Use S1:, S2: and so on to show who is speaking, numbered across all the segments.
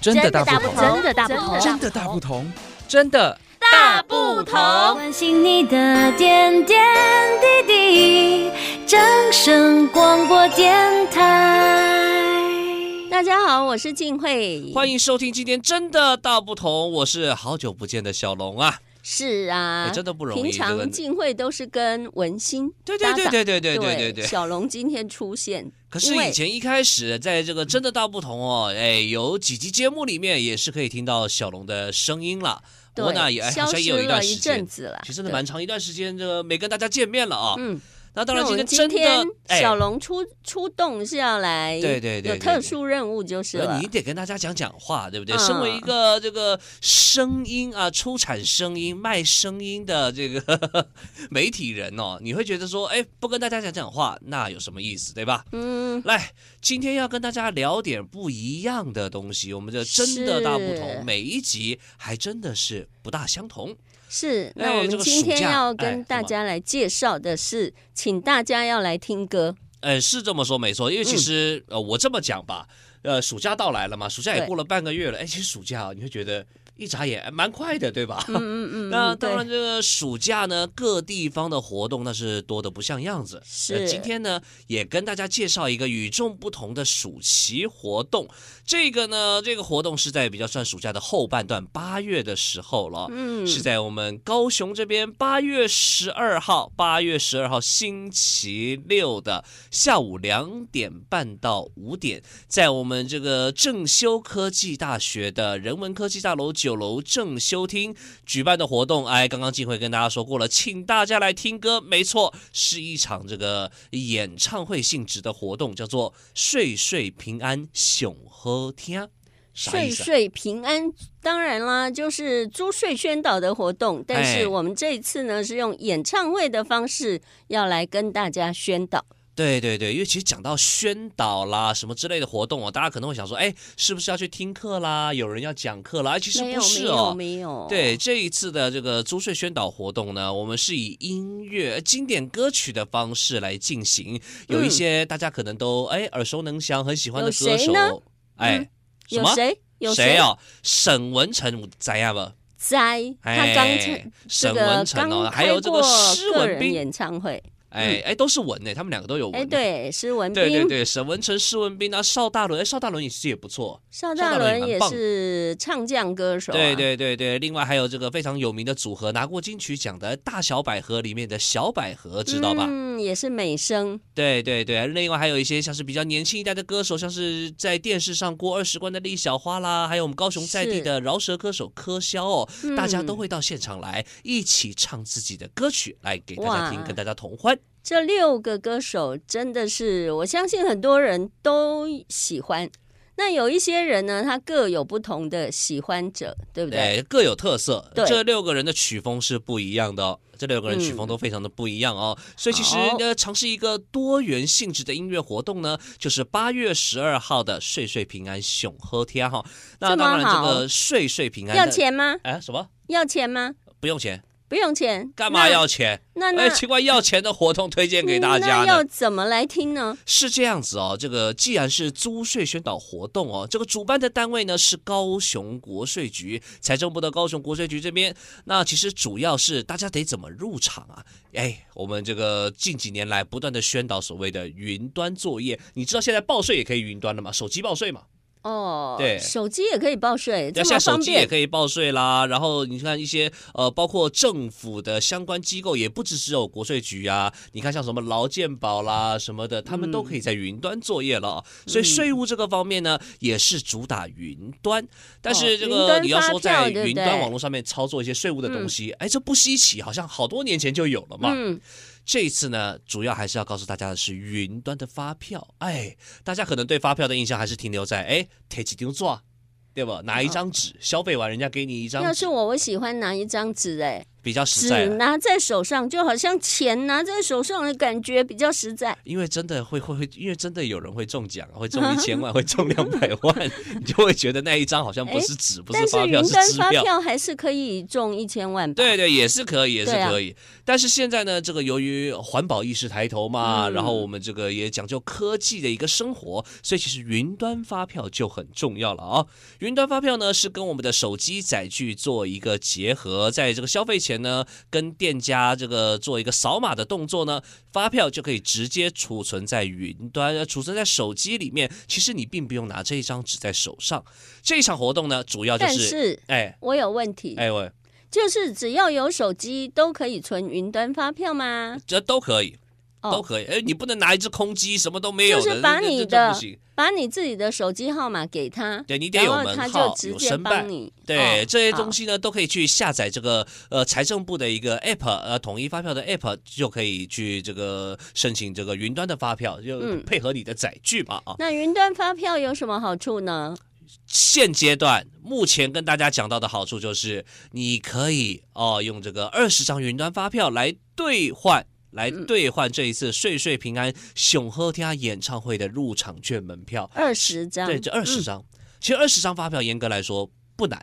S1: 真的大不同，
S2: 不真的大不同，
S1: 真的大不同，真的
S2: 大不同。
S3: 关心你的点点滴滴，掌声广播电台。
S2: 大家好，我是静慧。
S4: 欢迎收听今天真的大不同，我是好久不见的小龙啊！
S2: 是啊
S4: 哎，真的不容易
S2: 平
S4: 这个
S2: 常静慧都是跟文心
S4: 对对对
S2: 搭档
S4: 对对对对对对
S2: 小龙今天出现，
S4: 可是
S2: 因为
S4: 以前一开始在这个真的大不同哦，哎，有几集节目里面也是可以听到小龙的声音了。不过呢，
S2: 对
S4: 也哎
S2: 消
S4: 好像也有
S2: 失
S4: 一
S2: 了
S4: 段
S2: 一
S4: 时
S2: 阵
S4: 间，
S2: 子了，
S4: 其实真的
S2: 对
S4: 蛮。长一段时间，这个没跟大家见面了啊。
S2: 嗯，
S4: 那当然，
S2: 那我
S4: 今天
S2: 们
S4: 真
S2: 今
S4: 的
S2: 天
S4: 哎，
S2: 小龙出出动是要来，
S4: 对对对对
S2: 有特殊任务就是
S4: 呃
S2: 了
S4: 你。得跟大家讲讲话，对不对？
S2: 嗯
S4: 身为一个这个声音啊，出产声音、卖声音的这个 媒体人哦，你会觉得说，哎，不跟大家讲讲话，那有什么意思，对吧？
S2: 嗯，
S4: 来，今天要跟大家聊点不一样的东西，我们这真的
S2: 是
S4: 大不同，每一集还真的是不大相同。
S2: 是。那
S4: 哎
S2: 我
S4: 这
S2: 们
S4: 个
S2: 今
S4: 暑
S2: 天
S4: 假
S2: 要
S4: 哎
S2: 跟
S4: 什
S2: 大
S4: 么
S2: 家来介绍的是，请大家要来听歌。
S4: 呃，是这么说没错，因为其
S2: 嗯
S4: 实、呃，我这么讲吧，呃，暑假到来了嘛，暑假也
S2: 对
S4: 过了半个月了，哎，其实暑假、啊、你会觉得一眨眼哎蛮快的，对吧？
S2: 嗯嗯 嗯，
S4: 那
S2: 对
S4: 当然，这个暑假呢，各地方的活动那是多得不像样子。呃
S2: 是
S4: 今天呢，也跟大家介绍一个与众不同的暑期活动。这个呢，这个活动是在比较算暑假的后半段，八月的时候了。
S2: 嗯
S4: 是在我们高雄这边，八月十二号，八月十二号星期六的下午两点半到五点，在我们这个正修科技大学的人文科技大楼九楼正修厅举办的活动。哎，刚刚静慧跟大家说过了，请大家来听歌。没错，是一场这个演唱会性质的活动，叫做“岁岁平安熊喝听”，啥
S2: 岁
S4: 意思啊？
S2: 岁平安，当然啦，就是朱穗宣导的活动，但
S4: 哎
S2: 是我们这一次呢是用演唱会的方式要来跟大家宣导。
S4: 对对对，因为其实讲到宣导啦什么之类的活动哦，大家可能会想说，哎，是不是要去听课啦？有人要讲课啦？哎其实
S2: 没
S4: 不
S2: 有没
S4: 是
S2: 有
S4: 哦。
S2: 没有，
S4: 对这一次的这个租税宣导活动呢，我们是以音乐呃经典歌曲的方式来进行，有一
S2: 嗯
S4: 些大家可能都哎耳熟能详、很喜欢的
S2: 有
S4: 歌
S2: 谁
S4: 手
S2: 呢，
S4: 哎
S2: 嗯，
S4: 什
S2: 有
S4: 么？
S2: 谁有
S4: 谁？哦？沈文成怎样吧？
S2: 在他
S4: 哎，
S2: 刚成这
S4: 沈
S2: 个
S4: 文成
S2: 刚
S4: 哦，还
S2: 开
S4: 有这个
S2: 过
S4: 施
S2: 个
S4: 文
S2: 人
S4: 斌，
S2: 演唱会，
S4: 哎哎，都是文呢，他们两个都有文。
S2: 哎，对，施文
S4: 对对
S2: 斌、
S4: 对，沈文成、施文斌啊，邵大伦，哎，邵大伦也其实也不错。
S2: 邵
S4: 邵
S2: 大
S4: 大伦
S2: 伦
S4: 也
S2: 也
S4: 蛮棒
S2: 是唱将歌手啊，
S4: 对对对对，另外还有这个非常有名的组合，拿过金曲奖的大小百合里面的小百合，知道吧？
S2: 嗯，也是美声，
S4: 对对对，另外还有一些像是比较年轻一代的歌手，像是在电视上过二十关的厉小花啦，还有我们高雄在地
S2: 是
S4: 的饶舌歌手柯肖哦，大家都
S2: 嗯
S4: 会到现场来一起唱自己的歌曲，来给大家听，
S2: 哇
S4: 跟大家同欢。
S2: 这六个歌手真的是，我相信很多人都喜欢。那有一些人呢，他各有不同的喜欢者，对不对？
S4: 对，哎各有特色。
S2: 对
S4: 这六个人的曲风是不一样的、哦，这六个人曲风都非常的不一样哦。所以其实
S2: 嗯好
S4: 呃，尝试一个多元性质的音乐活动呢，就是八月十二号的“岁岁平安熊喝天”哈。那
S2: 这么
S4: 当然，这
S2: 好
S4: 个“岁岁平安”
S2: 要？钱吗？
S4: 哎，什么？
S2: 要钱吗？
S4: 不用钱，
S2: 不用钱。
S4: 干嘛
S2: 那？
S4: 要钱？
S2: 那那
S4: 哎，奇怪，要钱的活动推荐给大家
S2: 那
S4: 呢
S2: 要？怎么来听呢？
S4: 是这样子哦，这个既然是租税宣导活动哦，这个主办的单位呢是高雄国税局，财政部的高雄国税局这边。那其实主要是大家得怎么入场啊？哎，我们这个近几年来不断的宣导所谓的云端作业，你知道现在报税也可以云端了嘛，手机报税嘛。
S2: 哦，
S4: 对
S2: 手机也可以报税，
S4: 那
S2: 这
S4: 现在
S2: 么
S4: 手
S2: 方
S4: 机也
S2: 便。
S4: 可以报税啦，然后你看一些呃，包括政府的相关机构，也不只只有国税局啊，你看像什么劳健保啦什么的，他们都可
S2: 嗯
S4: 以在云端作业了啊、所以税务这个方面呢，也是主打云端。但
S2: 哦
S4: 是这
S2: 云
S4: 个
S2: 端
S4: 你要
S2: 发
S4: 说在
S2: 票对不
S4: 云端
S2: 对
S4: 网络上面操作一些税务的东西，哎，这不稀奇，好像好多年前就有了嘛。
S2: 嗯，
S4: 这一次呢，主要还是要告诉大家的是云端的发票。哎，大家可能对发票的印象还是停留在哎，贴几张纸，
S2: 嗯
S4: 对吧？拿一张纸，消费完人家给你一张
S2: 要
S4: 纸
S2: 是。我，我喜欢拿一张纸，哎，
S4: 比较实在啊
S2: 纸
S4: 了，
S2: 拿在手上，就好像钱拿在手上的感觉比较实在。
S4: 因为真的会会会，因为真的有人会中奖，啊会中一千 万，会中两百万，你就会觉得那一张好像不是纸，不是
S2: 哎但
S4: 发
S2: 云
S4: 票，是
S2: 端
S4: 支
S2: 发
S4: 票。
S2: 票还是可以中一千万吧？
S4: 对啊对，也是可以，也是
S2: 对啊
S4: 可以。但是现在呢，这个由于环保意识抬头嘛，
S2: 嗯
S4: 然后我们这个也讲究科技的一个生活，所以其实云端发票就很重要了啊、云端发票呢是跟我们的手机载具做一个结合，在这个消费前呢，跟店家这个做一个扫码的动作呢，发票就可以直接储存在云端，呃储存在手机里面。其实你并不用拿这一张纸在手上。这一场活动呢，主要就
S2: 但
S4: 是
S2: 是
S4: 哎
S2: 我有问题，
S4: 哎喂，
S2: 就是只要有手机都可以存云端发票吗？
S4: 这都可以。
S2: 哦
S4: 都可以。哎，你不能拿一只空机，什么都没有的，
S2: 就是把
S4: 那那
S2: 你
S4: 这
S2: 的
S4: 不行。
S2: 把你自己的手机号码给他，
S4: 对你得
S2: 然
S4: 有
S2: 后
S4: 门
S2: 他
S4: 号
S2: 就直
S4: 有
S2: 接
S4: 申办
S2: 帮你。
S4: 对、
S2: 哦
S4: 这些东西呢，都可以去下载这个呃财政部的一个 app，呃统一发票的 app 就可以去这个申请这个云端的发票，就
S2: 嗯
S4: 配合你的载具嘛啊。
S2: 那云端发票有什么好处呢？
S4: 现阶段目前跟大家讲到的好处就是，你可以哦用这个二十张云端发票来兑换。来
S2: 嗯
S4: 兑换这一次岁岁平安熊喝天演唱会的入场券门票，
S2: 二十张，
S4: 对，这二十
S2: 嗯
S4: 张，其实二十张发票严格来说不难，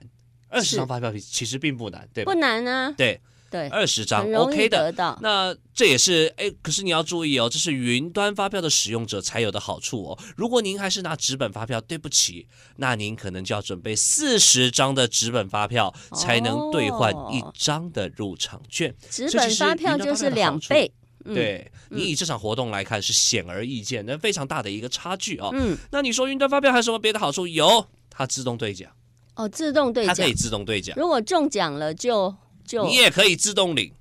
S4: 二十
S2: 是
S4: 张发票其实并不难，对吧
S2: 不？难啊，
S4: 对，
S2: 对，
S4: 二十张
S2: 很容易
S4: OK
S2: 得
S4: 的。
S2: 到。
S4: 那这也是哎，可是你要注意哦，这是云端发票的使用者才有的好处哦。如果您还是拿纸本发票，对不起，那您可能就要准备四十张的纸本发票，才能兑换一
S2: 哦
S4: 张的入场券。
S2: 纸
S4: 这
S2: 本
S4: 其实
S2: 发票
S4: 云端
S2: 就
S4: 发
S2: 是
S4: 票的好
S2: 两
S4: 处
S2: 倍，嗯，
S4: 对你以这场活动来看，是显而易见，那非常大的一个差距哦。
S2: 嗯，
S4: 那你说云端发票还有什么别的好处？有，它自动兑奖。
S2: 哦，自动兑
S4: 它
S2: 奖
S4: 可以，自动兑奖，
S2: 如果中奖了就就
S4: 你也可以自动领，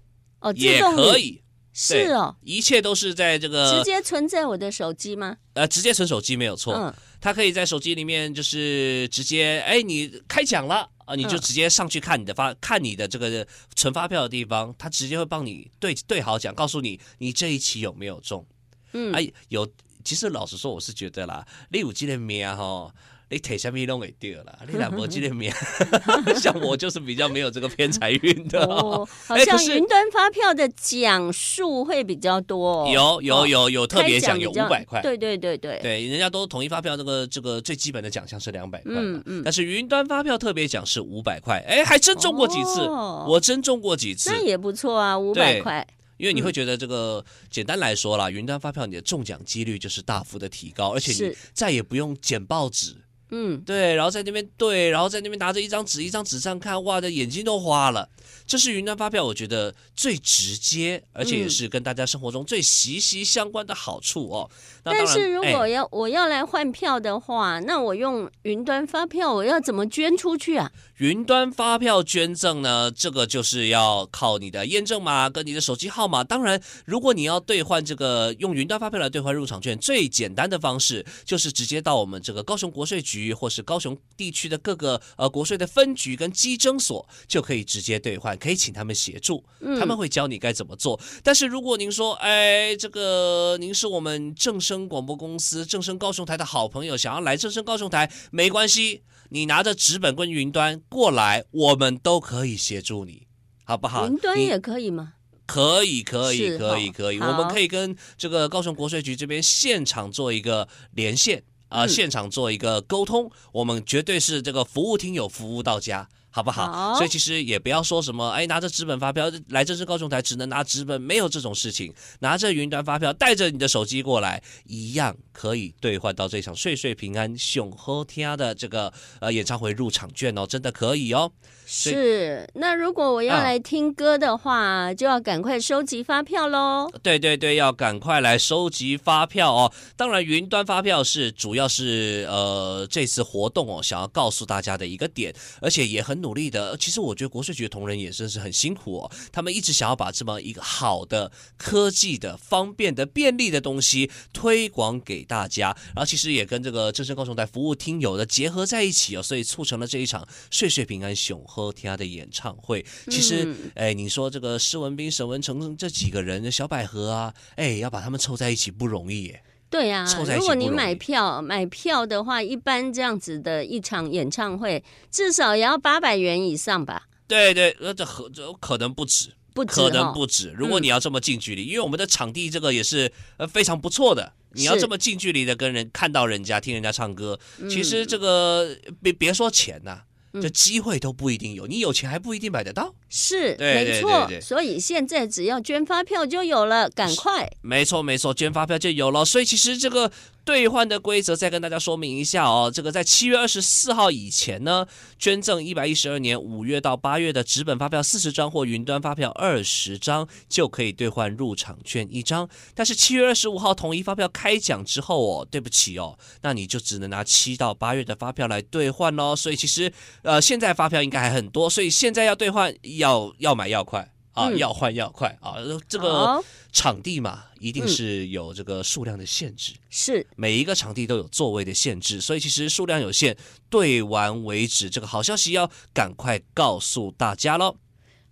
S2: 哦，自
S4: 也
S2: 动
S4: 可
S2: 领
S4: 以，对呃
S2: 是哦，
S4: 一切都是在这
S2: 直
S4: 个
S2: 接存在我的手机 吗？
S4: 呃直接存手机没有错，
S2: 嗯，
S4: 它可以在手机里面就是直接哎你开奖了啊，你就
S2: 嗯
S4: 直接上去看你的发看你的这个存发票的地方，它直接会帮你对对好奖，告诉你你这一期有没有中，
S2: 嗯
S4: 哎有。其实老实说，我是觉得啦，你有这个名啊吼，你提什么拢会掉啦。你若无这个 名， 像我就是比较没有这个偏财运的、
S2: 哦，好
S4: 哎可
S2: 像
S4: 是
S2: 云端发票的奖数会比较多哦、
S4: 有有
S2: 哦，
S4: 有有特别奖有
S2: 开
S4: 五
S2: 比
S4: 百
S2: 较
S4: 块，
S2: 对对对对，
S4: 对，人家都统一发票，这个这个最基本的奖项是两百块嘛，
S2: 嗯嗯
S4: 但是云端发票特别奖是五百块，哎，还真中过几次，
S2: 哦
S4: 我真中过几次，
S2: 那也不嗯错啊，五百
S4: 对
S2: 块，
S4: 因为你会觉得这个简单来说啦，云端发票你的中奖几率就是大幅的提高，而且你
S2: 是
S4: 再也不用捡报纸，
S2: 嗯，
S4: 对，然后在那边对，然后在那边拿着一张纸一张纸这样看，哇，的眼睛都花了。这是云端发票，我觉得最直接，而且也
S2: 嗯
S4: 是跟大家生活中最息息相关的好处哦。那当
S2: 但
S4: 然
S2: 是如
S4: 哎
S2: 果要、我要来换票的话，那我用云端发票，我要怎么捐出去啊？
S4: 云端发票捐赠呢，这个就是要靠你的验证码跟你的手机号码。当然，如果你要兑换这个用云端发票来兑换入场券，最简单的方式就是直接到我们这个高雄国税局或是高雄地区的各个呃国税的分局跟稽征所就可以直接兑换，可以请他们协助，他
S2: 嗯
S4: 们会教你该怎么做。但是如果您说，哎，这个您是我们正声广播公司正声高雄台的好朋友，想要来正声高雄台，没关系，你拿着纸本跟云端过来，我们都可以协助你，好不好？
S2: 云端
S4: 你
S2: 也可以吗？
S4: 可以，可以，
S2: 是
S4: 可以，
S2: 哦
S4: 可以，
S2: 好
S4: 我们可以跟这个高雄国税局这边现场做一个连线啊、
S2: 嗯
S4: 现场做一个沟通，我们绝对是这个服务听友服务到家。好不好？
S2: 好
S4: 所以其实也不要说什么，哎，拿着纸本发票来这支高雄台只能拿纸本，没有这种事情。拿着云端发票，带着你的手机过来，一样可以兑换到这场岁岁平安熊喝天的这个呃演唱会入场券哦，真的可以哦。所以
S2: 是，那如果我要
S4: 啊
S2: 来听歌的话，就要赶快收集发票喽。
S4: 对对对，要赶快来收集发票哦！当然，云端发票是主要是呃这次活动哦，想要告诉大家的一个点，而且也很努力的。呃其实我觉得国税局的同仁也真是很辛苦哦，他们一直想要把这么一个好的科技的、方便的、便利的东西推广给大家，然后其实也跟这个正声高雄台服务听友的结合在一起哦，所以促成了这一场岁岁平安熊喝天的演唱会。其实
S2: 嗯
S4: 哎，你说这个施文斌、沈文成这几个人，小百合啊，哎，要把他们凑在一起不容易耶。
S2: 对呀、
S4: 凑在一
S2: 如
S4: 起不
S2: 果你
S4: 容
S2: 买
S4: 易
S2: 票买票的话，一般这样子的一场演唱会，至少也要八百元以上吧？
S4: 对对，呃，这可这可能不止，
S2: 不止
S4: 可能
S2: 哈嗯
S4: 不止。如果你要这么近距离，因为我们的场地这个也是呃非常不错的，你要
S2: 是
S4: 这么近距离的跟人看到人家听人家唱歌，
S2: 嗯
S4: 其实这个别别说钱呐、这机会都不一定有，你有钱还不一定买得到。
S2: 是
S4: 对对
S2: 没错
S4: 对对，
S2: 所以现在只要捐发票就有了，赶快
S4: 没错，没错，捐发票就有了。所以其实这个兑换的规则再跟大家说明一下哦。这个在七月二十四号以前呢，捐赠一百一十二年五月到八月的纸本发票四十张或云端发票二十张，就可以兑换入场券一张。但是七月二十五号统一发票开奖之后哦，对不起哦，那你就只能拿七到八月的发票来兑换喽。所以其实呃，现在发票应该还很多，所以现在要兑换要要买要快。啊，
S2: 嗯
S4: 要换要快啊！呃这个、
S2: 好
S4: 场地嘛，一定
S2: 嗯
S4: 是有这个数量的限制，
S2: 是
S4: 每一个场地都有座位的限制，所以其实数量有限，对完为止。这个好消息要赶快告诉大家喽！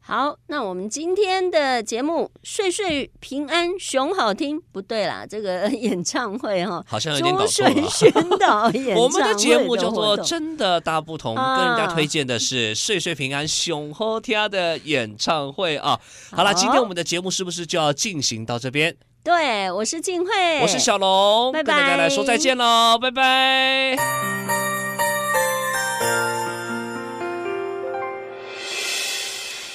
S2: 好。那我们今天的节目《睡睡平安熊好听》不对啦，这个演唱会哈、
S4: 好像有点搞
S2: 朱
S4: 错了
S2: 水。宣 导演唱会
S4: 我们的节目
S2: 的
S4: 叫
S2: 活
S4: 做
S2: 动
S4: 《真的啊大不同》，
S2: 啊
S4: 跟人家推荐的是岁岁平安熊后天的演唱会啊。好了，今天我们的节目是不是就要进行到这边？
S2: 对，我是静慧，
S4: 我是小龙，
S2: 拜
S4: 跟大家来说
S2: 拜
S4: 再见喽，哎拜拜。